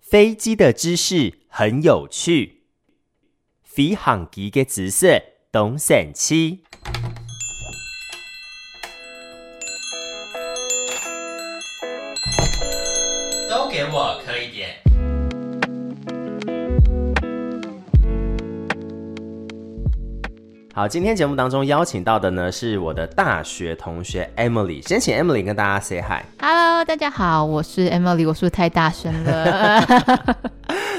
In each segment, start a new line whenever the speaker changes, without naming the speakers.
飞机的知识很有趣。飞行机的知识懂神奇。都给我磕一点。好，今天节目当中邀请到的呢是我的大学同学 Emily，先请 Emily 跟大家 say hi。
Hello，大家好，我是 Emily，我是不是太大声了？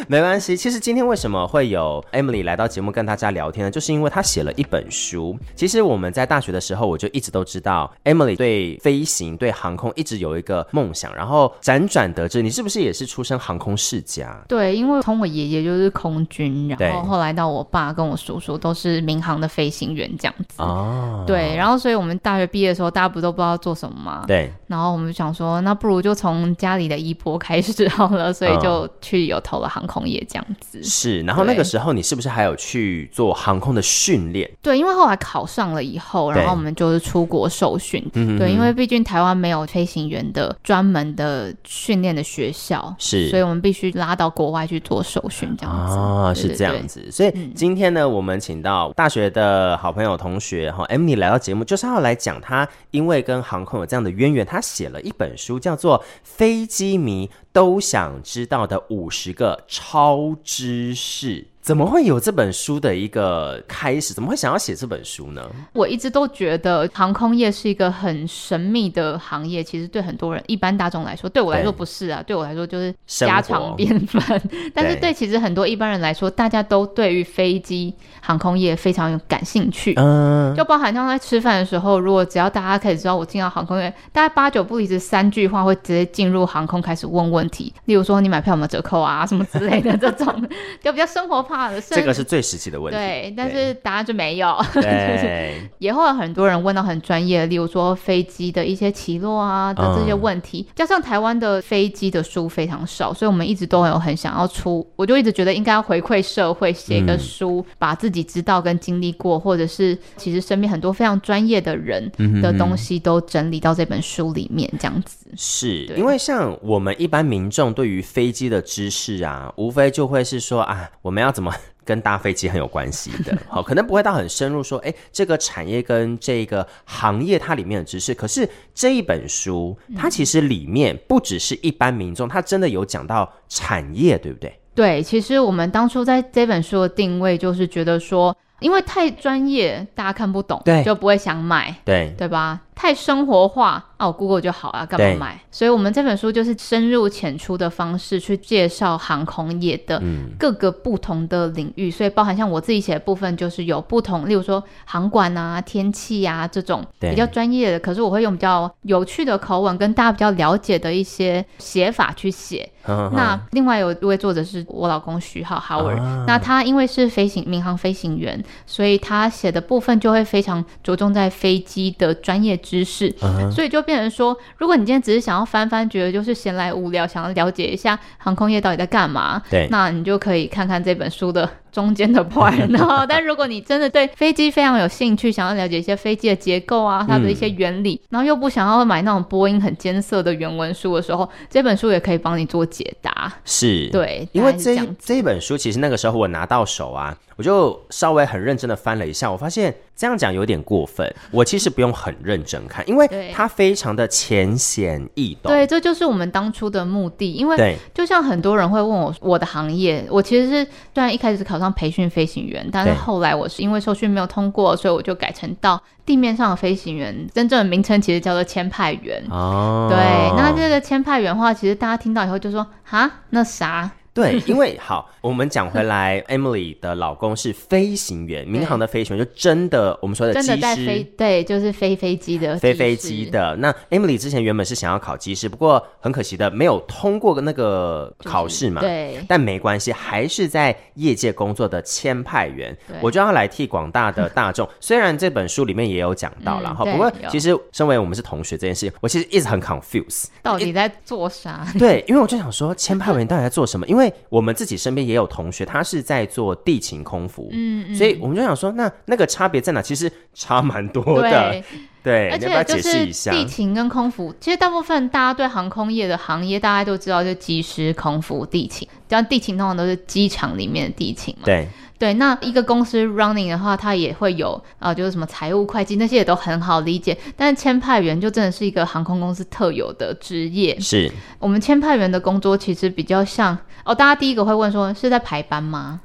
没关系，其实今天为什么会有 Emily 来到节目跟大家聊天呢？就是因为她写了一本书。其实我们在大学的时候，我就一直都知道 Emily 对飞行、对航空一直有一个梦想，然后辗转得知，你是不是也是出身航空世家？
对，因为从我爷爷就是空军，
对
然后后来到我爸跟我叔叔都是民航的飞行员这样子。
哦，
对，然后所以我们大学毕业的时候，大家不都不知道做什么吗？
对，
然后我们就想说，那不如就从家里的衣钵开始好了，所以
哦
就去有投了航空业这样子。
是。然后那
对
个时候，你是不是还有去做航空的训练？
对，因为后来考上了以后，
对
然后我们就是出国受训。
嗯
对，因为毕竟台湾没有飞行员的专门的训练的学校，
是
所以我们必须拉到国外去做受训这样子。
啊，
对嗯
是
对
这样
对
子。所以今天呢，我们请到大学的好朋友、同学哈、Emily 来到节目，就是要来讲她因为跟航空有这样的渊源，她写了一本书，叫做《飞机迷都想知道的五十个超知识》。怎么会有这本书的一个开始？怎么会想要写这本书呢？
我一直都觉得航空业是一个很神秘的行业，其实对很多人一般大众来说，对我来说
对
不是啊，对我来说就是
生
家
活
常便饭。但是对其实很多一般人来说，大家都对于飞机航空业非常有感兴趣。
嗯，
就包含像在吃饭的时候，如果只要大家可以知道我进到航空业，大概八九不离十三句话会直接进入航空开始问问题，例如说你买票有没有折扣啊什么之类的这种，就比较生活化的。甚
这个是最实际的问题。
对，但是答案就没有。
对，
也会有很多人问到很专业的，例如说飞机的一些起落啊的这些
嗯
问题，加上台湾的飞机的书非常少，所以我们一直都有很想要出，我就一直觉得应该要回馈社会，写一个
嗯
书，把自己知道跟经历过，或者是其实身边很多非常专业的人
嗯
的东西都整理到这本书里面，这样子。
是
对
因为像我们一般民众对于飞机的知识啊，无非就会是说啊，我们要怎么跟搭飞机很有关系的，好，可能不会到很深入说，哎，这个产业跟这个行业它里面的知识。可是这一本书，它其实里面不只是一般民众，它真的有讲到产业，对不对？
对，其实我们当初在这本书的定位就是觉得说，因为太专业，大家看不懂，
对
就不会想买。
对，
对吧？太生活化啊，我 Google 就好了，干
对
嘛买？所以，我们这本书就是深入浅出的方式去介绍航空业的
嗯
各个不同的领域，所以包含像我自己写的部分，就是有不同，例如说航管啊、天气啊这种
对
比较专业的，可是我会用比较有趣的口吻跟大家比较了解的一些写法去写。
嗯
那另外有一位作者是我老公徐浩 Howard，、
啊
那他因为是飞行民航飞行员，所以他写的部分就会非常着重在飞机的专业知识，
嗯
所以就变成说，如果你今天只是想要翻翻，觉得就是闲来无聊，想要了解一下航空业到底在干嘛，
对
那你就可以看看这本书的 中间的 part。然 后，但如果你真的对飞机非常有兴趣，想要了解一些飞机的结构
嗯
啊，它的一些原理，然后又不想要买那种波音很艰涩的原文书的时候，这本书也可以帮你做解答。
是，
对
因为
大概是
这
这
一
样
这一本书，其实那个时候我拿到手啊，我就稍微很认真的翻了一下，我发现嗯这样讲有点过分。我其实不用很认真看，因为
对
它非常的浅显易懂。
对，这就是我们当初的目的， 因为
对
就像很多人会问我我的行业，我其实是虽然一开始考上培训飞行员，但是
对
后来我是因为受训没有通过，所以我就改成到地面上的飞行员，真正的名称其实叫做签派员。
哦，
对，那这个签派员的话，其实大家听到以后就说哈，那啥，
对，因为好，我们讲回 来，Emily 的老公是飞行员，民航的飞行员，就真的我们说的
真的
机
在
师，
飞，对，就是飞飞机的
飞
技
飞
师
机。的。那 Emily 之前原本是想要考机师，不过很可惜的没有通过那个考试嘛。
对
但没关系，还是在业界工作的签派员
对，
我就要来替广大的大众。 虽然这本书里面也有讲到啦，
嗯
哈、
对
不过
有
其实身为我们是同学这件事情，我其实一直很 confuse。
到底在做啥？
对，因为我就想说，签派员到底在做什么？因为我们自己身边也有同学，他是在做地
嗯
勤空服，嗯，所以我们就想说，那那个差别在哪？其实差蛮多的
对。
对，
而
你要不要
且就
解释一
是
下？
地勤跟空服，其实大部分大家对航空业的行业，大家都知道，就机师、空服、地勤。像地勤通常都是机场里面的地勤嘛。
对，
对，那一个公司 running 的话，它也会有呃，就是什么财务、会计那些也都很好理解。但是签派员就真的是一个航空公司特有的职业。
是
我们签派员的工作其实比较像哦，大家第一个会问说是在排 班吗？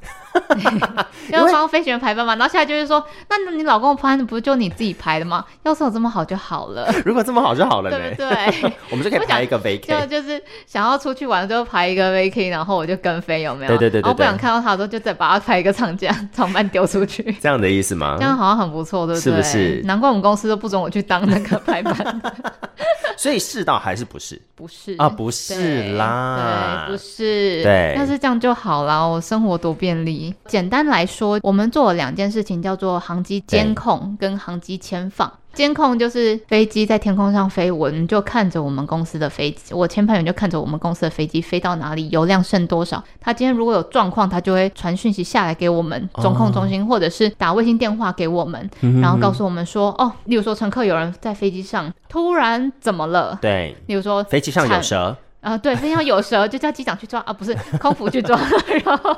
要帮飞行员排班吗？然后下来就是说，那你老公的班不是就你自己排的吗？要是有这么好就好了，
如果这么好就好了
对不
呢，
对？
我们就可以拍一个
就
vacay。
就是想要出去玩就排一个 VK，然后我就跟飞，有没有？
对对对对
然后不
对
想看到他的时候，就再把他排一个长假长班丢出去，
这样的意思吗
这？样好像很不错，对
嗯是
对？
不是
难怪我们公司都不准我去当那个 排班，
所以是到还是不是？
不是
啊不是
对
啦
对，不是，
对
但是这样就好啦，我生活多便利。简单来说，我们做了两件事情，叫做航机监控跟航机签放。监控就是飞机在天空上飞，我们就看着我们公司的飞机，我签派员就看着我们公司的飞机飞到哪里，油量剩多少。他今天如果有状况，他就会传讯息下来给我们
哦
中控中心，或者是打卫星电话给我们，
嗯
然后告诉我们说，哦，例如说乘客有人在飞机上突然怎么了，
对，
例如说
飞机上有
产
蛇，
啊，对，非常有蛇，就叫机长去抓啊，不是空服去抓， 然后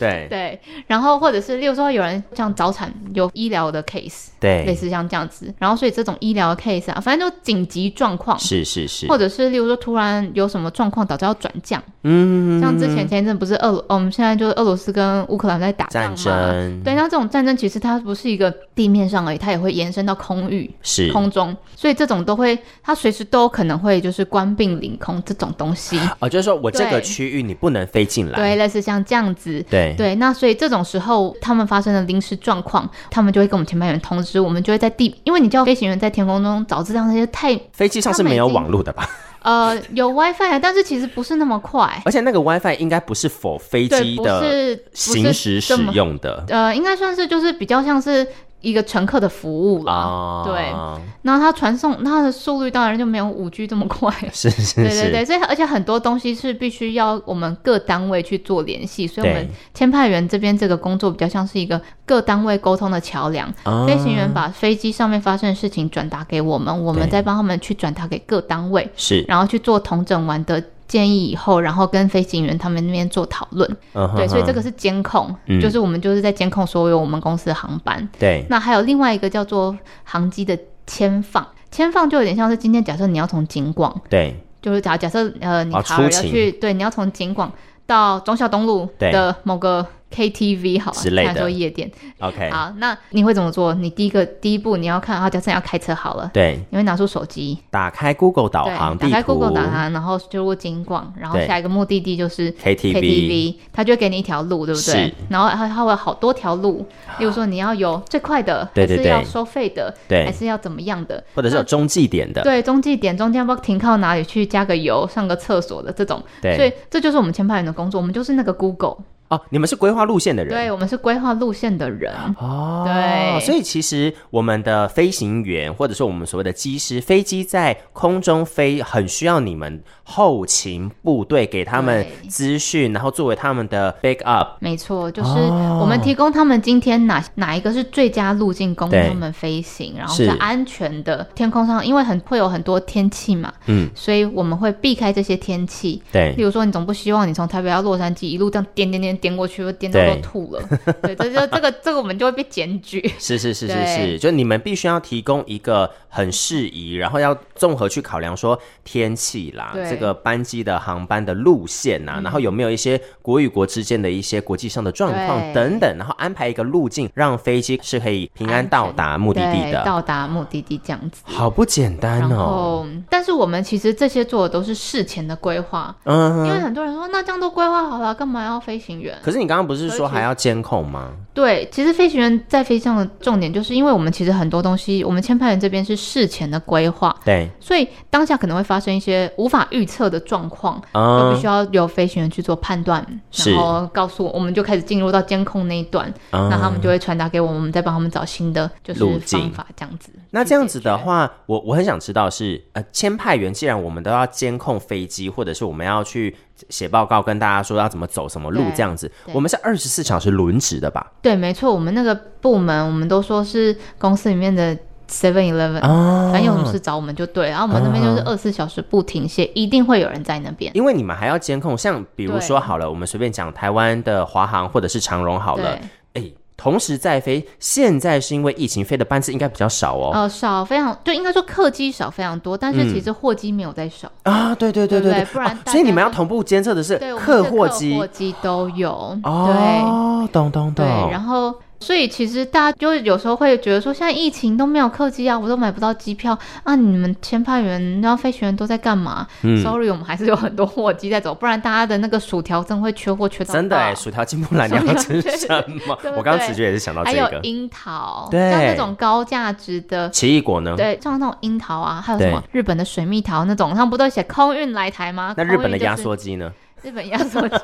对
对，然后或者是例如说有人像早产有医疗的 case，类
对，
似像这样子，然后所以这种医疗的 case 啊，反正就紧急状况，
是是是，
或者是例如说突然有什么状况导致要转降，
嗯，
像之前前一阵不是俄罗、哦我们现在就是俄罗斯跟乌克兰在打仗
战
嘛，
争
对，那这种战争其实它不是一个地面上而已，它也会延伸到空域，
是
空中，所以这种都会，它随时都可能会就是官病领空这种东西。
哦，就是说我这个
对
区域你不能飞进来，
对，类似像这样子。
对
对，那所以这种时候，他们发生了临时状况，他们就会跟我们前派员通知，我们就会在地，因为你叫飞行员在天空中找资料那些太
飞机上是
他们
没
已
有
经
网络的吧？
呃有 WiFi 啊，但是其实不是那么快，
而且那个 WiFi 应该不是否飞
对，
机
不
的
是
行
不
驶
是
使
这么
用的
呃，应该算是就是比较像是一个乘客的服务了。
啊，
对那它传送它的速率当然就没有五 G 这么快。
是是嗯是，
对对对，所以而且很多东西是必须要我们各单位去做联系，所以我们
对
签派员这边这个工作比较像是一个各单位沟通的桥梁。
啊
飞行员把飞机上面发生的事情转达给我们，我们
对
再帮他们去转达给各单位，
是，
然后去做同整完的建议以后，然后跟飞行员他们那边做讨论。
嗯哼
对，所以这
哼
个是监控，
嗯
就是我们就是在监控所有我们公司的航班。
对
那还有另外一个叫做航机的签放，签放就有点像是今天假设你要从景广。
对
就是假假设呃，你
啊
卡尔要
出勤
去，对，你要从景广到忠孝东路
对
的某个 KTV 好了
之类的
现在说夜店
，OK，
好，那你会怎么做？你第一个第一步你要看啊，假设你要开车好了，
对，
你会拿出手机，
打开 Google 导
对，
航
打
地
开
图
Google 导航，然后就入景广，然后
对
下一个目的地就是。
，KTV，
KTV，它就会给你一条路，对不对
是？
然后它它会有好多条路，例如说你要有最快的，
对对对
还是要收费的，还
对，
是要怎么样的？
或者是有中继点的，
嗯对，中继点中间要不要停靠哪里去加个油、上个厕所的这种，所以
对，
这就是我们前派员的工作，我们就是那个 Google，
哦，你们是规划路线的人，
对我们是规划路线的人，
哦，
对
所以其实我们的飞行员，或者说我们所谓的机师，飞机在空中飞，很需要你们后勤部队给他们
对
资讯，然后作为他们的 backup。
没错，就是
哦
我们提供他们今天哪哪一个是最佳路径供
对
他们飞行，然后
是
是安全的天空上，因为很会有很多天气嘛，
嗯，
所以我们会避开这些天气。例
对，
如说，你总不希望你从台北到洛杉矶一路这样颠颠颠颠过去，会颠到
对
都吐了。对，这就这个这个我们就会被检举。
是是是是
对
是，就你们必须要提供一个很适宜，然后要综合去考量说天气啦，
对嗯
这个班机的航班的路线呐、然后有没有一些国与国之间的一些国际上的状况
对
等等，然后安排一个路径，让飞机是可以平安
安
到
全
达 目的地
对
的。
到达目的地这样子。
好不简单
然
哦。
后，但是我们其实这些做的都是事前的规划，因为
嗯，
很多人说那这样都规划好了，干嘛要飞行员？
可是你刚刚不是
所
说
以其
还要监控吗？
对，其实飞行员在飞机上的重点，就是因为我们其实很多东西，我们签派员这边是事前的规划，
对，
所以当下可能会发生一些无法预测的状况，就
嗯
必须要由飞行员去做判断，
是
然后告诉我，我们就开始进入到监控那一段，那他
嗯，
们就会传达给我们，我们再帮他们找新的就是
路径
方法这样子。
那这样子的话，我我很想知道是呃，签派员既然我们都要监控飞机，或者是我们要去写报告跟大家说要怎么走什么路
对
这样子，
对
我们是二十四小时轮值的吧？
对，没错，我们那个部门，我们都说是公司里面的 Seven Eleven，、
哦
反正有什么事找我们就对了。然后我们那边
啊
就是二十四小时不停歇，一定会有人在那边。
因为你们还要监控，像比如
对
说好了，我们随便讲台湾的华航或者是长荣好了
对，
哎，同时在飞，现在是因为疫情飞的班次应该比较少哦。嗯
呃，少非常，就应该说客机少非常多，但是其实货机没有在少。
啊，对对对
对
对
对不然
哦
大
所以你
家
们要
就
同步监测的是
对，我们
客
是
货
客
机
货机都有。对
哦，懂懂
对
懂，，
然后。所以其实大家就有时候会觉得说，现在疫情都没有客机啊，我都买不到机票啊！你们签派员、然后飞行员都在干嘛、s
嗯
o r r y 我们还是有很多货机在走，不然大家的那个薯条真的会缺货 缺到爆。
真的哎，薯条进不来，你
薯
要
条
吃
对
什么
对？
我刚刚
对
直觉也是想到
还
这
有
个
樱桃，
对嗯
像那种高价值的，
奇异果呢？
对，像那种樱桃啊，还有什么日本的水蜜桃那种，他们不都写空运来台吗？
那日本的压
空运就是
缩机呢？
日本压缩 机，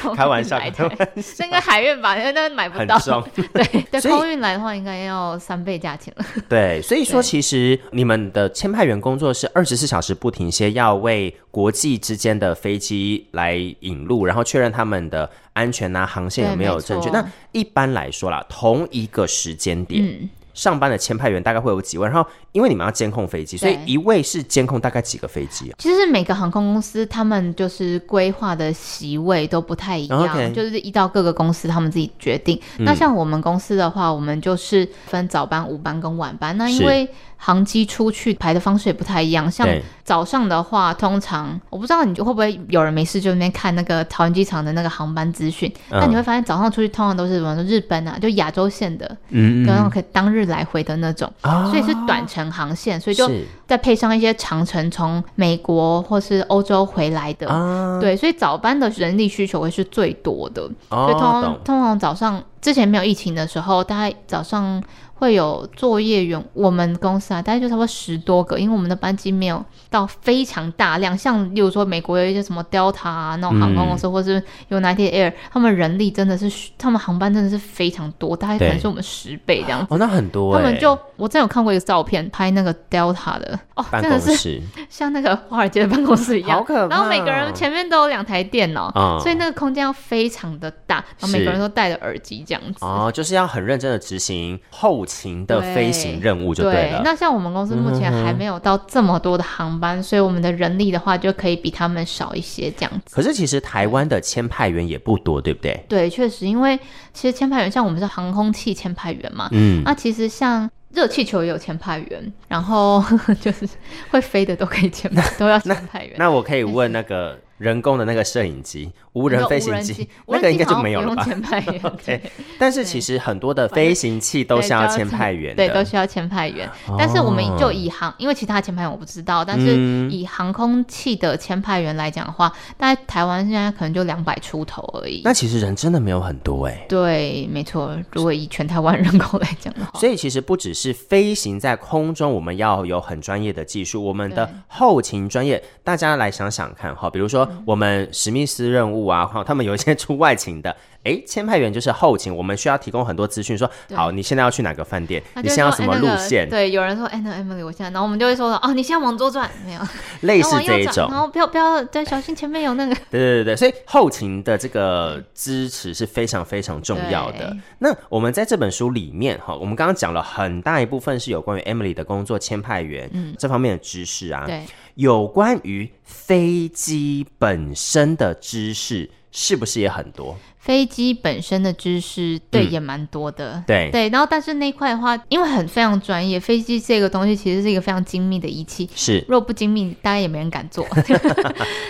空运
开玩笑
来
开
台， 那个海运吧，那那买不
很
到，
重，
对，对，
所以
空运来的话应该要三倍价钱了。
对，所以说
对
其实你们的签派员工作是二十四小时不停歇，要为国际之间的飞机来引路，然后确认他们的安全啊、航线有
对
没有
没
正确。
错
那一般来说啦，同一个时间点。
嗯，
上班的签派员大概会有几位，然后因为你们要监控飞机，所以
对
一位是监控大概几个飞机啊？
其实每个航空公司他们就是规划的席位都不太一样
哦 OK 嗯
就是依照各个公司他们自己决定。那像我们公司的话，我们就是分早班、午班跟晚班。那
是
因为航机出去排的方式也不太一样，像
对
早上的话，通常我不知道你会不会有人没事就在那边看那个桃园机场的那个航班资讯，
嗯
但你会发现早上出去通常都是什么日本啊，就亚洲线的，
嗯
跟那种可以当日来回的那种，
啊
所以是短程航线，所以就是再配上一些长程从美国或是欧洲回来的，
啊，
对，所以早班的人力需求会是最多的。所以通
哦，
常
懂，
通常早上之前没有疫情的时候，大概早上会有作业员，我们公司啊，大概就差不多十多个，因为我们的班机没有到非常大量，像例如说美国有一些什么 Delta 啊那种航空公
嗯
司，或是 United Air，他们人力真的是，他们航班真的是非常多，大概可能
对
是我们十倍这样子。
哦，那很多
他
哎，
们就我真有看过一个照片，拍那个 Delta 的哦，
办
真的
公
是
室
像那个华尔街的办公室一
好
样。
可怕哦，
然后每个人前面都有两台电脑，
嗯
所以那个空间要非常的大，然后每
是
个人都戴着耳机这样子。
哦，就是要很认真的执行后勤的
对
飞行任务就对了。
那像我们公司目前还没有到这么多的航班，所以我们的人力的话就可以比他们少一些这样子。
可是其实台湾的签派员也不多，对不对？
对，确实，因为其实签派员像我们是航空器签派员嘛，
嗯，
那其实像热气球也有签派员，然后 就是会飞的都可以签，都要签派员。
那我可以问那个人工的那个摄影机、无人飞行
机，无
那
人
个
机
应该就
好像
没有
不
了
用
吧？
签派 员
OK，
对
但是其实很多的飞行器都
对
是要
就
签派员
对，都
的，
需要签派员。但是我们
哦
就以航，因为其他签派员我不知道，但是
嗯
以航空器的签派员来讲的话，大概台湾现在可能就两百出头而已。
那其实人真的没有很多哎、
对，没错。如果以全台湾人口来讲 的话，
所以其实不只是飞行在空中，我们要有很专业的技术，我们的
对
后勤专业，大家来想想看哈，比如说
嗯
我们史密斯任务啊，哈，他们有一些出外勤的。 诶，签派员就是后勤，我们需要提供很多资讯，说
对
好，你现在要去哪个饭店，
他
你
就
现
会
在
说
要什么
哎
路
那个
线，
对，有人说，哎，那 Emily，我现在，然后我们就会说，哦，你现在往左转，没有，
类
然后
似
往
这一
右转，
种
然。后不要不要，对，小心前面有那个。
对对对对，所以后勤的这个支持是非常非常重要的
对。
那我们在这本书里面哈，我们刚刚讲了很大一部分是有关于 Emily 的工作签派员、这方面的知识啊，
嗯对，
有关于飞机本身的知识是不是也很多？
飞机本身的知识，对，
嗯
也蛮多的。
对
对，然后但是那一块的话，因为很非常专业，飞机这个东西其实是一个非常精密的仪器，
是
若不精密，大家也没人敢 做。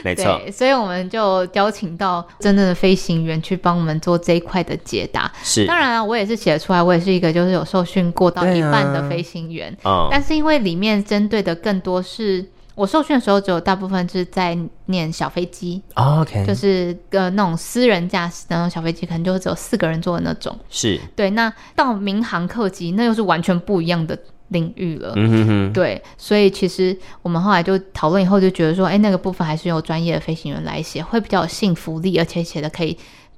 没错，
对，所以我们就邀请到真正的飞行员去帮我们做这一块的解答。
是
当然啊，我也是写得出来，我也是一个就是有受训过到
对
一半
啊
的飞行员，
嗯
但是因为里面针对的更多是。我受训的时候，只有大部分是在念小飞机，
，OK，
就是呃那种私人驾驶的那种小飞机，可能就只有四个人坐的那种。
是，
对，那到民航客机，那又是完全不一样的领域了。
嗯哼哼，
对，所以其实我们后来就讨论以后，就觉得说，哎，那个部分还是由专业的飞行员来写，会比较有信服力，而且写的可以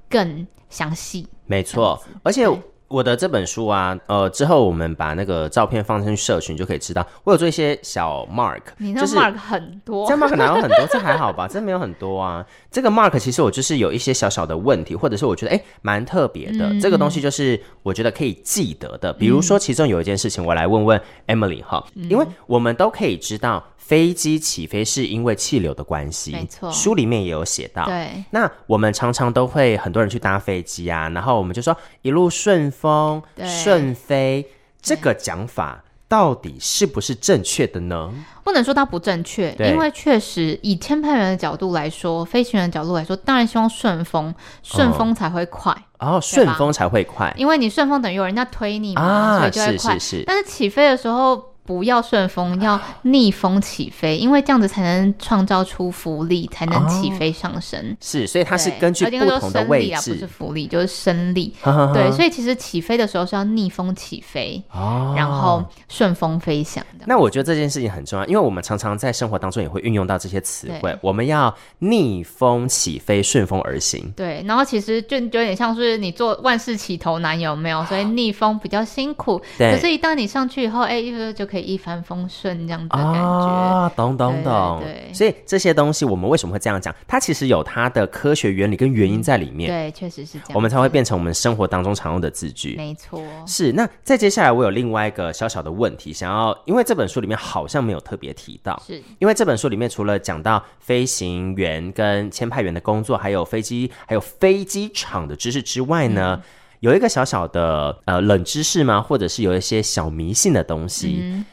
更详细。
没错，而且
对。
我的这本书啊，呃，之后我们把那个照片放进去社群就可以知道，我有做一些小 mark，
你那
就是。
mark 很多，
这 mark 哪有很多？这还好吧？这没有很多啊。这个 mark 其实我就是有一些小小的问题，或者是我觉得哎蛮特别的、
嗯
这个东西，就是我觉得可以记得的。比如说，其中有一件事情，我来问问 Emily 哈、
嗯
因为我们都可以知道飞机起飞是因为气流的关系，
没错
书里面也有写到。
对，
那我们常常都会很多人去搭飞机啊，然后我们就说一路顺风、
对
顺飞，这个讲法到底是不是正确的呢？
不能说它不正确，
对
因为确实以签派员的角度来说，飞行员的角度来说，当然希望顺风，顺
哦
风才会快，
然后哦顺风才会快
因为你顺风等于有人在推你嘛，所
啊，
以就会
是
快。
是是，
但是起飞的时候。不要顺风，要
啊
逆风起飞，因为这样子才能创造出浮力，才能起飞上升。
是，所以哦它是
对
根据
而且应
不
该说
同的
升
位
力啊，不是
置，
浮力，就是升力。
哈哈哈
对，所以其实起飞的时候是要逆风起飞，
哦
然后顺风飞翔的。
那我觉得这件事情很重要，因为我们常常在生活当中也会运用到这些词汇
对。
我们要逆风起飞，顺风而行。
对，然后其实就有点像是你做万事起头难，有没有？所以逆风比较辛苦，
啊对
可是，一旦你上去以后，哎，就就可以一帆风顺这样子的感觉。
啊，懂懂
对对
懂。
对
所以这些东西我们为什么会这样讲？它其实有它的科学原理跟原因在里面，
对，确实是这样。
我们才会变成我们生活当中常用的字句。
没错。
是，那再接下来我有另外一个小小的问题，想要，因为这本书里面好像没有特别提到，
是
因为这本书里面除了讲到飞行员跟签派员的工作，还有飞机，还有飞机场的知识之外呢，
嗯
有一个小小的呃冷知识吗？或者是有一些小迷信的东西，
嗯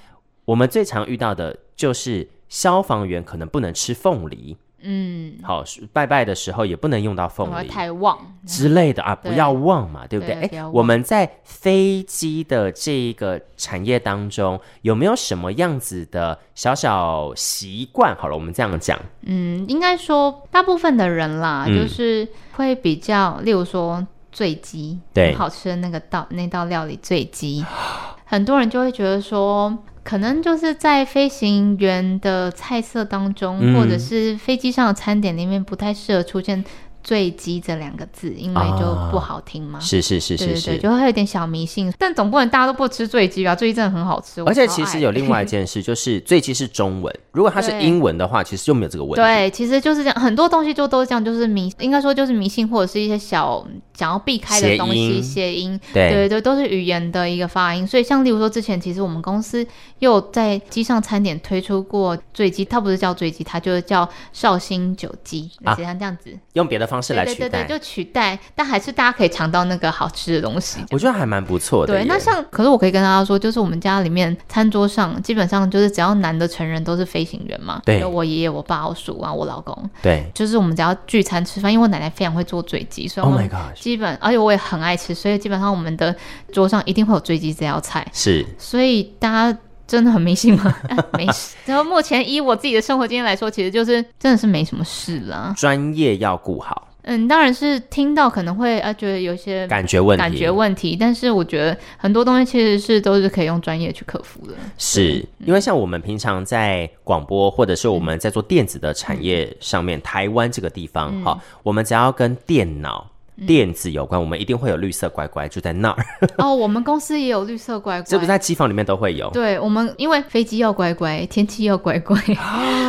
我们最常遇到的就是消防员可能不能吃凤梨，
嗯，
好拜拜的时候也不能用到
我
凤
们
梨。
太旺，
之类的啊，
对
不要忘嘛，对不对？
对不
哎
要，忘
我们在飞机的这一个产业当中，有没有什么样子的小小习惯？好了，我们这样讲，
嗯，应该说大部分的人啦，
嗯
就是会比较，例如说醉鸡，
对
很好吃的那个道那道料理醉鸡， 很多人就会觉得说。可能就是在飞行员的菜色当中，
嗯
或者是飞机上的餐点里面，不太适合出现“醉鸡”这两个字，因为就
啊
不好听嘛。
是是是
对
是
对对，
是。
就会有点小迷信。但总不能大家都不吃醉鸡吧？醉鸡真的很好吃，我
而且
超
其实
爱
有另外一件事，就是最近是中文，如果它是
对
英文的话，其实就没有这个问题。
对，其实就是这样，很多东西就都是这样，就是迷，应该说就是迷信或者是一些小想要避开
谐
的东西，
音
谐音，
对
对对，都是语言的一个发音。所以像例如说，之前其实我们公司又有在机上餐点推出过醉鸡，它不是叫醉鸡，它就是叫绍兴酒鸡，
啊
类似像这样子，
用别的方式
对
来
对
取
对
代
对，，就取代，但还是大家可以尝到那个好吃的东西。
我觉得还蛮不错的耶。
对，那像可是我可以跟大家说，就是我们家里面餐桌上基本上就是只要男的成人都是飞行员嘛，
对
有我爷爷、我爸、我叔啊、我老公，
对
就是我们只要聚餐吃饭，因为我奶奶非常会做醉鸡，所以我
，Oh my
们
gosh，
基本，而且我也很爱吃，所以基本上我们的桌上一定会有醉鸡这道菜，
是
所以大家。真的很迷信 吗？哎没事。然后目前以我自己的生活经验来说，其实就是真的是没什么事啦。
专业要顾好，
嗯，当然是听到可能会啊觉得有一些
感觉问题，
感觉问题，但是我觉得很多东西其实是都是可以用专业去克服 的。
是因为像我们平常在广播，或者是我们在做电子的产业上
嗯
面，台湾这个地方哈、我们只要跟电脑、
嗯
电子有关，我们一定会有绿色乖乖就在那儿，
哦，我们公司也有绿色乖乖，
这不是在机房里面都会有。
对我们，因为飞机要乖乖，天气要乖乖，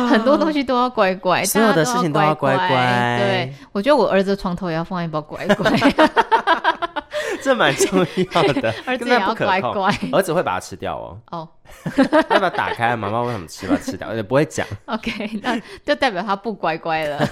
很多东西都要乖乖，
啊所有的
大家
事情都要乖
乖
乖
对，我觉得我儿子的床头也要放一包乖 乖，
这蛮重要的
，儿子
真
也
的
要
不可
乖
控
乖。
儿子会把它吃掉哦，
哦、
要不要打开？妈妈为什么吃？把它吃掉，而且呃不会 讲。
o k 那就代表他不乖乖 了。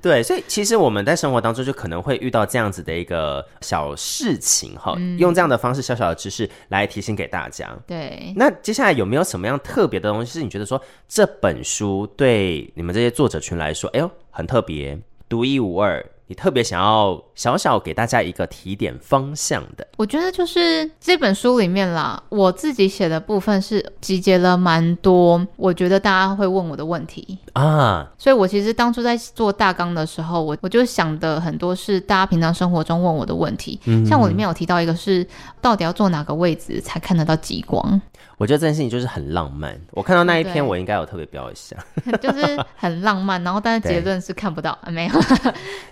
对，所以其实我们在生活当中就可能会遇到这样子的一个小事情哈、
嗯
用这样的方式小小的知识来提醒给大家。
对，
那接下来有没有什么样特别的东西是你觉得说这本书对你们这些作者群来说，哎呦很特别，独一无二，你特别想要小小给大家一个提点方向的？
我觉得就是这本书里面啦，我自己写的部分是集结了蛮多，我觉得大家会问我的问题，
啊，
所以我其实当初在做大纲的时候，我我就想的很多是大家平常生活中问我的问题，
嗯
像我里面有提到一个是到底要坐哪个位置才看得到极光，
我觉得这件事情就是很浪漫。我看到那一
对
篇，我应该有特别标一下。
就是很浪漫，然后但是
对
结论是看不到，啊没有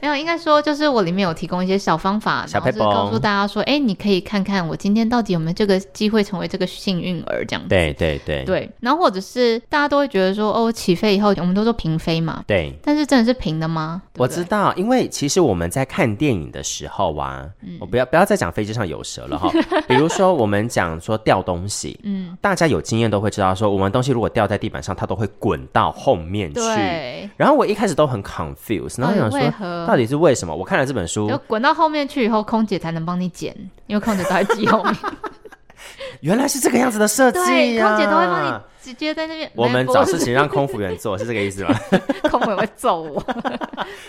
没有，应该说就是我里面有提供一些小方法，
小
然后就
配
是
包
告诉大家说，哎、你可以看看我今天到底有没有这个机会成为这个幸运儿这样子。
对对对
对，然后或者是大家都会觉得说，哦，起飞以后我们都说平飞嘛，
对
但是真的是平的吗？对不
我
对
知道，因为其实我们在看电影的时候啊，
嗯
我不要不要再讲飞机上有蛇了 哈。比如说我们讲说掉东西，嗯，大家有经验都会知道说，我们东西如果掉在地板上，它都会滚到后面去。
对，
然后我一开始都很 confused，然后想
到底为
说
何
到底是为什么？我看了这本
就
书，
滚到后面去以后，空姐才能帮你捡，因为空姐都在机 后面，
原来是这个样子的设计、啊、
对，空姐都会帮你。直接在那边。
我们
不
找
是
事情让空服员做，是这个意思吗？
空姐会揍我，不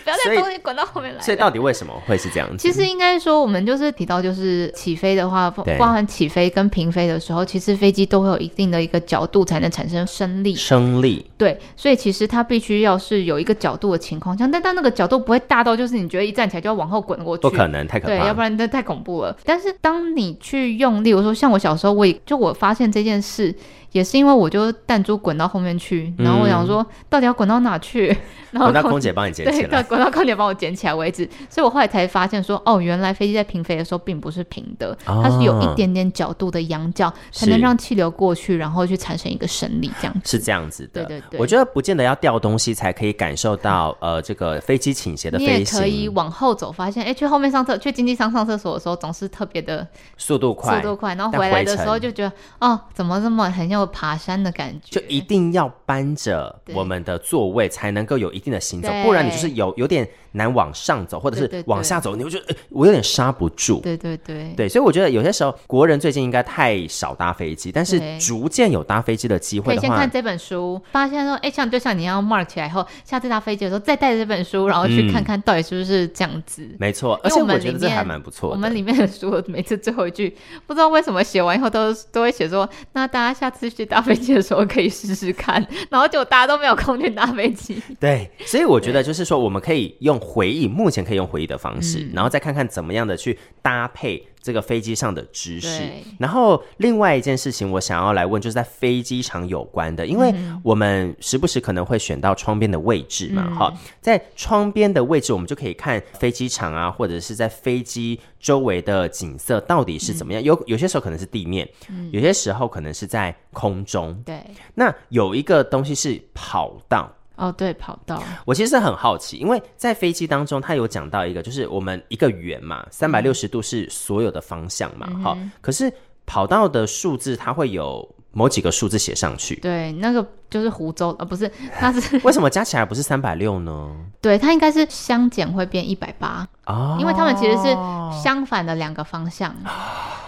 要
所以
再东西滚到后面来
所以
了。
到底为什么会是这样子？
其实应该说，我们就是提到，就是起飞的话，包
对
包含起飞跟平飞的时候，其实飞机都会有一定的一个角度才能产生升力。
升力
对，所以其实它必须要是有一个角度的情况下，但但那个角度不会大到就是你觉得一站起来就要往后滚过去，
不可能，太可
对，
怕
要不
了。
然这太恐怖了。但是当你去用，例如说像我小时候，我也就我发现这件事，也是因为我就弹珠滚到后面去，然后我想说、到底要滚到哪去， 然后
嗯等到空姐帮 你捡起
对，
来
到。滚到空姐帮我捡起来为止。所以我后来才发现说，哦，原来飞机在平飞的时候并不是平的，它是有
啊
一点点角度的仰角，才
是
能让气流过去，然后去产生一个升力这样子。
是这样子的，
对对对
我觉得不见得要掉东西才可以感受 到呃这个飞机倾斜的
你也
飞
可以
行
往后走，发现哎、诶去后面上厕，去经济舱上厕所的时候总是特别的
速度
速
快，
度快，然后
但
回来
回
的时候
程
就觉得哦，怎么这么很有爬山的感觉？
就一定要搬着
对
我们的座位才能够有一定的行走，
对
不然你就是有有点难往上走，或者
对对
是
对
往下走，你会觉得、呃我有点刹不住。
对对对，
对，所以我觉得有些时候国人最近应该太少搭飞机，但是
对
逐渐有搭飞机的机
可
会
以
的
先
话
看，哎这本书，发现说哎、诶像就像你要 mark 起来后，下次搭飞机的时候再带着这本书，然后去看看到底是不是这样子。
没错，而
因
且
为我
我
们
觉得
里
这还
面
蛮不错的。
我们里面的书，每次最后一句不知道为什么写完以后都都会写说，那大家下次去搭飞机的时候可以试试看，然后就大家都没有空去搭飞机。
对，所以我觉得就是说，我们可以用回忆，目前可以用回忆的方式，然后再看看怎么样的去搭配这个飞机上的知识
对。
然后另外一件事情，我想要来问，就是在飞机场有关的，因为我们时不时可能会选到窗边的位置嘛，哈、在窗边的位置，我们就可以看飞机场啊，或者是在飞机周围的景色到底是怎么样。有有些时候可能是地面，有些时候可能是在空中。
对，
那有一个东西是跑道。
哦对，跑道，
我其实很好奇，因为在飞机当中，它有讲到一个，就是我们一个圆嘛，三百六十度是所有的方向嘛，
嗯
好、可是跑道的数字它会有某几个数字写上去，
对，那个就是湖州，呃不是，它是
为什么加起来不是三百六呢？
对，它应该是相减会变一百八，
哦，
因为它们其实是相反的两个 方向。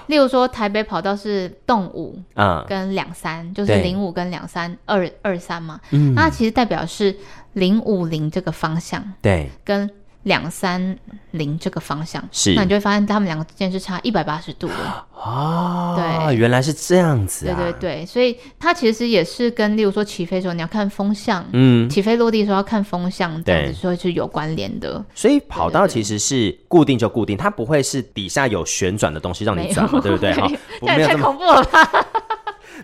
例如说，台北跑道是动五
嗯，
跟两三，就是
对嗯
零五跟两三二二三嘛。那其实代表是零五零这个方向
对，
跟两三零这个方向，
是
那你就会发现它们两个之间是差一百八十度的。
哦，
对
原来是这样子
对
啊，
对对，所以它其实也是跟例如说起飞的时候你要看风向，
嗯，
起飞落地的时候要看风向，这样
对
子所以是有关联的。
所以跑道其实是固定就固定，它不会是底下有旋转的东西让
没
你
有
转嘛，对不对？哈，我
这样
没
也
有
太
这么
恐怖了吧！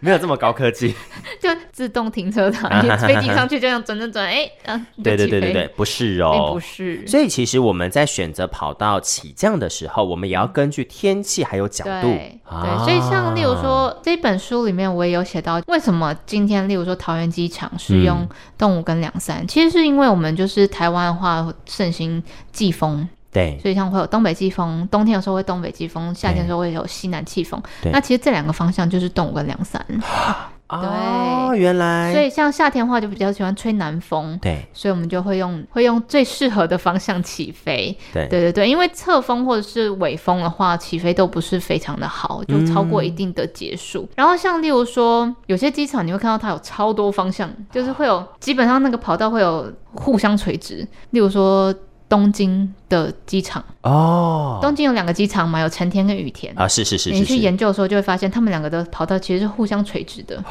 没有这么高科技，
就自动停车场，你飞机上去就这样转转转，哎、嗯、你就
啊对对对
起
对
飞
对，不是哦，
并不是。
所以其实我们在选择跑道起降的时候，我们也要根据天气还有角
对
度。
对，
啊
所以像例如说这本书里面，我也有写到为什么今天例如说桃园机场是用
嗯
动物跟两三，其实是因为我们就是台湾的话盛行季风，
对，
所以像会有东北季风，冬天的时候会东北季风，夏天的时候会有西南季风。
对
那其实这两个方向就是动物跟两三，
哦，原来，
所以像夏天的话就比较喜欢吹南风，
对
所以我们就会用会用最适合的方向起飞。
对
对对对，因为侧风或者是尾风的话，起飞都不是非常的好，
嗯
就超过一定的节数。然后像例如说，有些机场你会看到它有超多方向，就是会有基本上那个跑道会有互相垂直。例如说东京的机场，
哦，
东京有两个机场嘛，有成田跟羽田。
啊，是是是
你
是
去
是，
研究的时候，就会发现他们两个的跑道其实是互相垂直的。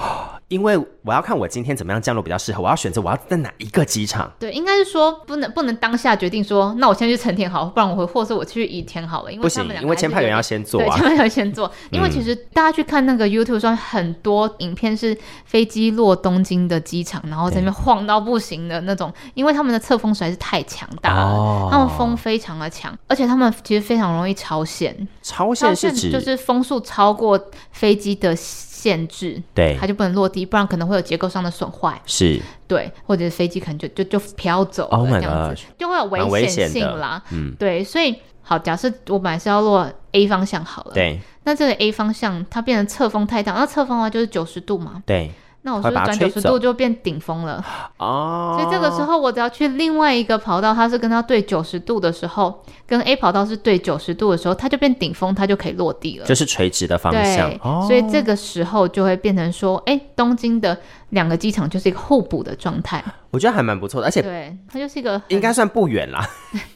因为我要看我今天怎么样降落比较适合，我要选择我要在哪一个机场。
对，应该是说不能不能当下决定说，那我先去成田好，不然我回或者我去宜田好了，因
不
为嗯他
行
们，两
因
个
为
还
签
是
派员
有
要先做
对，
啊嗯
千。万要 先做，因为其实大家去看那个 YouTube 上很多影片是飞机落东京的机场，然后在那边晃到不行的那种，因为他们的侧风实在是太强大了，
哦
他们风非常的强，而且他们其实非常容易超限，
超
超
限是指
就是风速超过飞机的限制，
对
它就不能落地，不然可能会有结构上的损坏，
是
对，或者是飞机可能就就就飘走了
Oh my
这样子
gosh，
就会有
蛮危
险
险的
性啦，
嗯
对，所以好，假设我本来是要落 A 方向好了，。
对
那这个 A 方向它变成侧风太大，那侧风的话就是九十度嘛，
对
那我是不
会
是
把它
转
吹
九
走
十度就变顶风了？
哦，
所以这个时候我只要去另外一个跑道，它是跟它对九十度的时候，跟 A 跑道是对九十度的时候，它就变顶风，它就可以落地了。
就是垂直的方向
对，
哦，
所以这个时候就会变成说，哎、东京的两个机场就是一个互补的状态，
我觉得还蛮不错的，而且
对，它就是一个
应该算不远啦。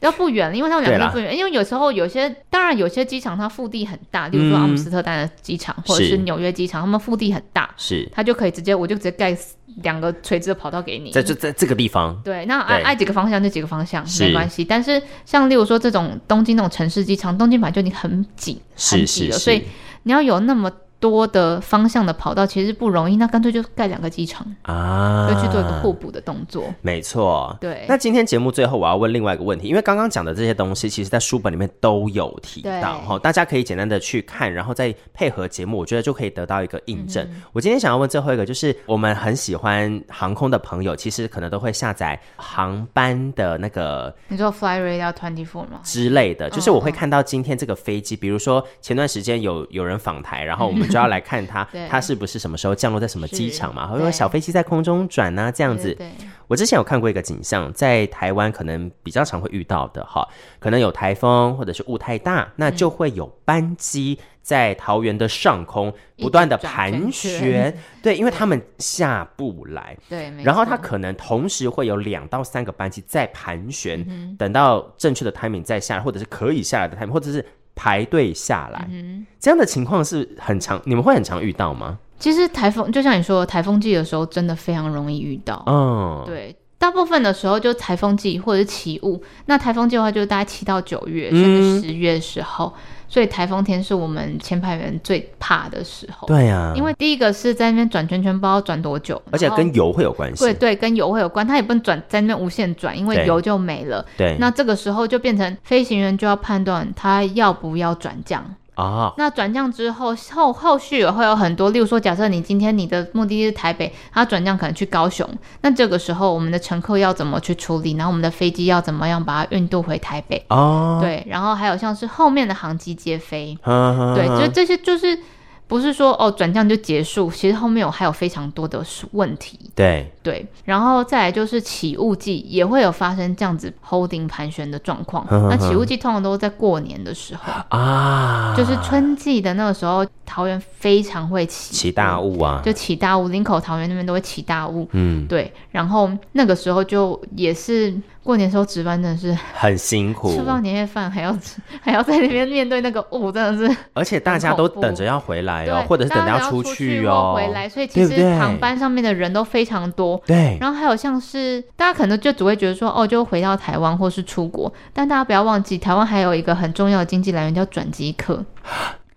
要不远了，因为他们两
对
个
啦
都不远。因为有时候有些，当然有些机场它腹地很大，例如
嗯
说阿姆斯特丹的机场、或者
是
是纽约机场，他们腹地很大，
是，
他就可以直接，我就直接盖两个垂直的跑道给你。
在这在这个地方，
对，那爱
对
爱几个方向就几个方向，
是
没关系。但是像例如说这种东京那种城市机场，东京本来就已经很挤，
是
很挤
是
了，所
是
以你要有那么多的方向的跑道，其实不容易。那干脆就盖两个机场，
啊，
就去做一个互补的动作。
没错。
对，
那今天节目最后，我要问另外一个问题，因为刚刚讲的这些东西，其实在书本里面都有提到
对
哈，大家可以简单的去看，然后再配合节目，我觉得就可以得到一个印证。
嗯
我今天想要问最后一个，就是我们很喜欢航空的朋友，其实可能都会下载航班的那个
你说 Fly Radio Twenty Four 吗？
之类的，就是
嗯
我会看到今天这个飞机，比如说前段时间有有人访台，然后我们就要来看它
对，
它是不是什么时候降落在什么机场嘛？
是
或者说
对
小飞机在空中转啊，这样
对
子。
对
我之前有看过一个景象，在台湾可能比较常会遇到的哈，可能有台风或者是雾太
嗯
大，那就会有班机在桃园的上空不断的
一直转
盘
圈
旋，对，因为他们下不来。
对，没
然后它
错
可能同时会有两到三个班机在盘旋，
嗯
等到正确的 timing 再下来，或者是可以下来的 timing，或者是排队下来。
嗯
这样的情况是很常，你们会很常遇到吗？
其实台风就像你说，台风季的时候真的非常容易遇到。
嗯，
对，大部分的时候就台风季或者是起雾。那台风季的话，就大概七到九月、甚
嗯
至十月的时候，所以台风天是我们签派员最怕的时候。、
对啊，
因为第一个是在那边转圈圈，不知道转多久，
而且
然后
跟油会有关
对
系。
对跟油会有关，它也不能转在那边无限转，因为
对
油就没了。
对，
那这个时候就变成飞行员就要判断他要不要转降。
啊，
那转降之后，后后续也会有很多，例如说，假设你今天你的目的地是台北，它转降可能去高雄，那这个时候我们的乘客要怎么去处理？然后我们的飞机要怎么样把它运渡回台北？
哦，
对，然后还有像是后面的航机接飞，
呵呵
对，就
呵
这些就是不是说哦转降就结束，其实后面有还有非常多的问题。
对，
对，然后再来就是起雾季也会有发生这样子 holding 盘旋的状况。
哼哼
那起雾季通常都在过年的时候。
啊，
就是春季的那个时候，桃园非常会起
起大
雾，
雾啊，
就起大雾，林口、桃园那边都会起大雾。
嗯，
对，然后那个时候就也是过年时候值班，真的是
很辛苦
吃，不到年夜饭，还要 还要在那边面对那个雾，真的是
而且大家都
很恐怖
等着要回来哦，
对
或者是等着
大家
出
出
去
或
哦，
回来，所以
对
其
不
实
对
航班上面的人都非常多。
对，
然后还有像是大家可能就只会觉得说，哦，就回到台湾或是出国，但大家不要忘记，台湾还有一个很重要的经济来源叫转机客，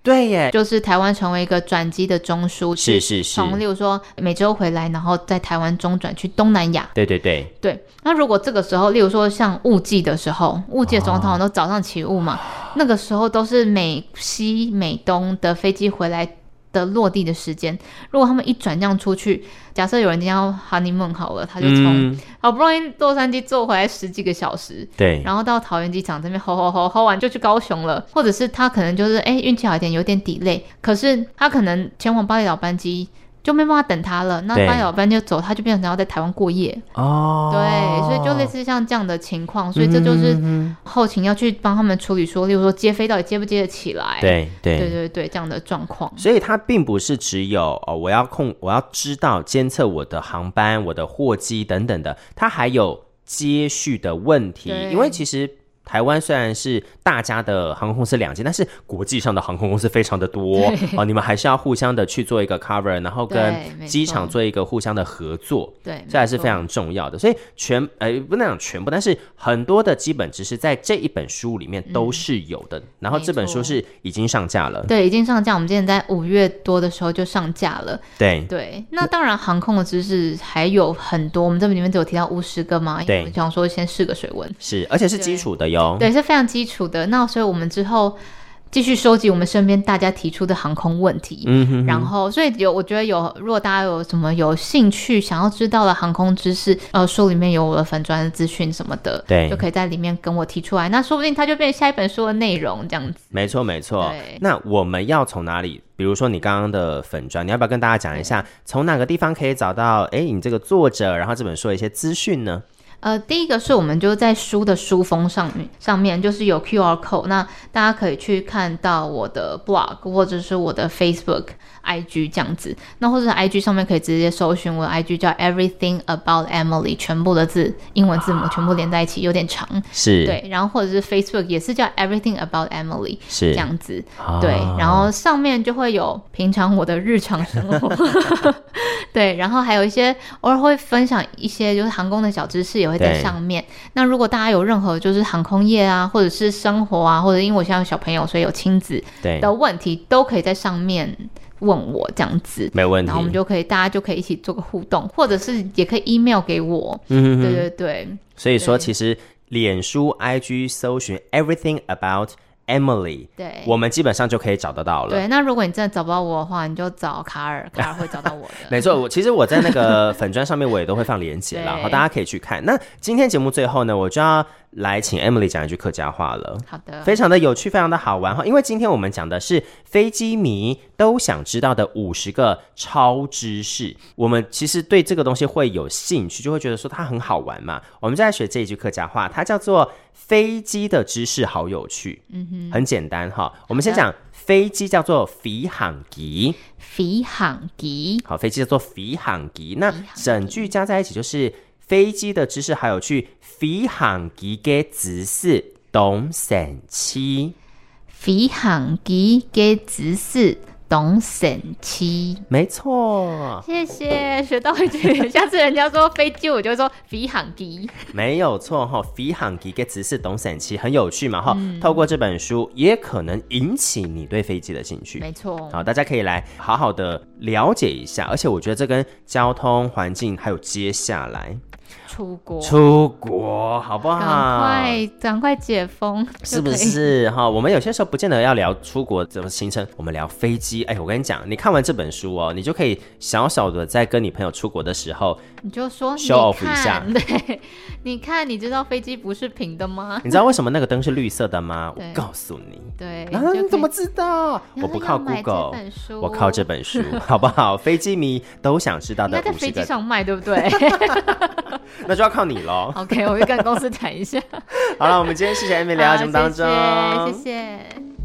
对耶，
就是台湾成为一个转机的中枢，
是是是，
从例如说美洲回来，然后在台湾中转去东南亚。
对对对，
对，那如果这个时候，例如说像雾季的时候，雾季的时候
啊
通常都早上起雾嘛，那个时候都是美西、美东的飞机回来的落地的时间。如果他们一转降出去，假设有人今天要 honeymoon 好了，他就从、
嗯，
好不容易洛杉矶坐回来十几个小时，
对，
然后到桃园机场这边吼吼吼吼完就去高雄了，或者是他可能就是哎运气好一点，有点 delay，可是他可能前往巴厘岛班机就没办法等他了，那
对
巴厘岛班就走，他就变成要在台湾过夜，
哦，嗯
对，所以就类似像这样的情况，所以这就是后勤要去帮他们处理说，例如说接飞到底接不接得起来，
对对
对对对这样的状况，
所以它并不是只有哦，我要控，我要知道监测我的航班、我的货机等等的，它还有接续的问题，
对
因为其实。台湾虽然是大家的航空公司两间，但是国际上的航空公司非常的多哦，你们还是要互相的去做一个 cover，然后跟
对没
机场
错
做一个互相的合作。
对，
这还是
没错
非常重要的。所以全呃不能讲全部，但是很多的基本知识在这一本书里面
嗯
都是有的。然后这本书是已经上架了，
对，已经上架。我们之前在五月多的时候就上架了。
对
对，那当然航空的知识还有很多，我们这本里面只有提到五十个嘛，因为
对嗯
我们想说先试个水温。
是，而且是基础的哟。
对，是非常基础的。那所以我们之后继续收集我们身边大家提出的航空问题。
嗯哼，
然后，所以有，我觉得有，如果大家有什么有兴趣想要知道的航空知识，呃，书里面有我的粉砖资讯什么的，
对
就可以在里面跟我提出来。那说不定它就变成下一本书的内容，这样子。
没错没错
对。
那我们要从哪里？比如说你刚刚的粉砖，你要不要跟大家讲一下，从哪个地方可以找到？哎，你这个作者，然后这本书的一些资讯呢？
呃，第一个是我们就在书的书封上面，上面就是有 QR code，那大家可以去看到我的 blog 或者是我的 Facebook、IG 这样子，那或者是 IG 上面可以直接搜寻我的 IG 叫 Everything About Emily，全部的字英文字母全部连在一起，有点长，
啊是，
对，然后或者是 Facebook 也是叫 Everything About Emily
是
这，样子，
啊
对，然后上面就会有平常我的日常生 活，对，然后还有一些偶尔会分享一些就是航空的小知识，也会在
对
上面。那如果大家有任何就是航空业啊，或者是生活啊，或者因为我现在有小朋友，所以有亲子
对，
的问题，都可以在上面问我这样子。
没问题
然后我。们就可以，大家就可以一起做个互动，或者是也可以 email 给我。
嗯哼
对对对，
所以说，
对
其实脸书、IG 搜寻 everything about Emily，
对
我们基本上就可以找得到了。
对，那如果你真的找不到我的话，你就找卡尔，卡尔会找到我 的。
没错，我其实我在那个粉砖上面我也都会放链接啦，
对
然后大家可以去看。那今天节目最后呢，我就要来请 Emily 讲一句客家话了。
好的，
非常的有趣，非常的好玩哈！因为今天我们讲的是飞机迷都想知道的五十个超知识，我们其实对这个东西会有兴趣，就会觉得说它很好玩嘛。我们就在学这一句客家话，它叫做“飞机的知识好有趣”，嗯哼，很简单哈。我们先讲飞机叫做“飞航机”，
肥航吉，
好，飞机叫做飞航机，那整句加在一起就是飞机的知识，还有去飞航机的知识懂神七。
肥航吉给执事懂神奇。
没错，
谢谢，学到一句。下次人家说飞机，我就会说肥航 吉。
没有错哈、飞航机的知识懂神七，很有趣嘛哈、
嗯
透过这本书，也可能引起你对飞机的兴趣。
没错，
好，大家可以来好好的了解一下，而且我觉得这跟交通环境还有接下来
出国，
出国好不好？
赶快赶快解封，
是不
就可以？
是哈？我们有些时候不见得要聊出国怎么行程，我们聊飞机。哎，我跟你讲，你看完这本书哦，你就可以小小的在跟你朋友出国的时候，
你就说
Show off
你
一下
看，对，你看，你知道飞机不是平的吗？
你知道为什么那个灯是绿色的吗？我
对
告诉你。
对，
啊
你就，可
你
以
怎么知道？我不靠
要买这
Google，
本书
我靠这本书，好不好？飞机迷都想知道
应该
的
在
五
飞
十
机
个，
上卖，对 不对
那就要靠你喽。
？OK，我会跟公司谈一下。
好了，我们今天谢谢 Amy 聊到节目当中，
好谢谢，谢谢。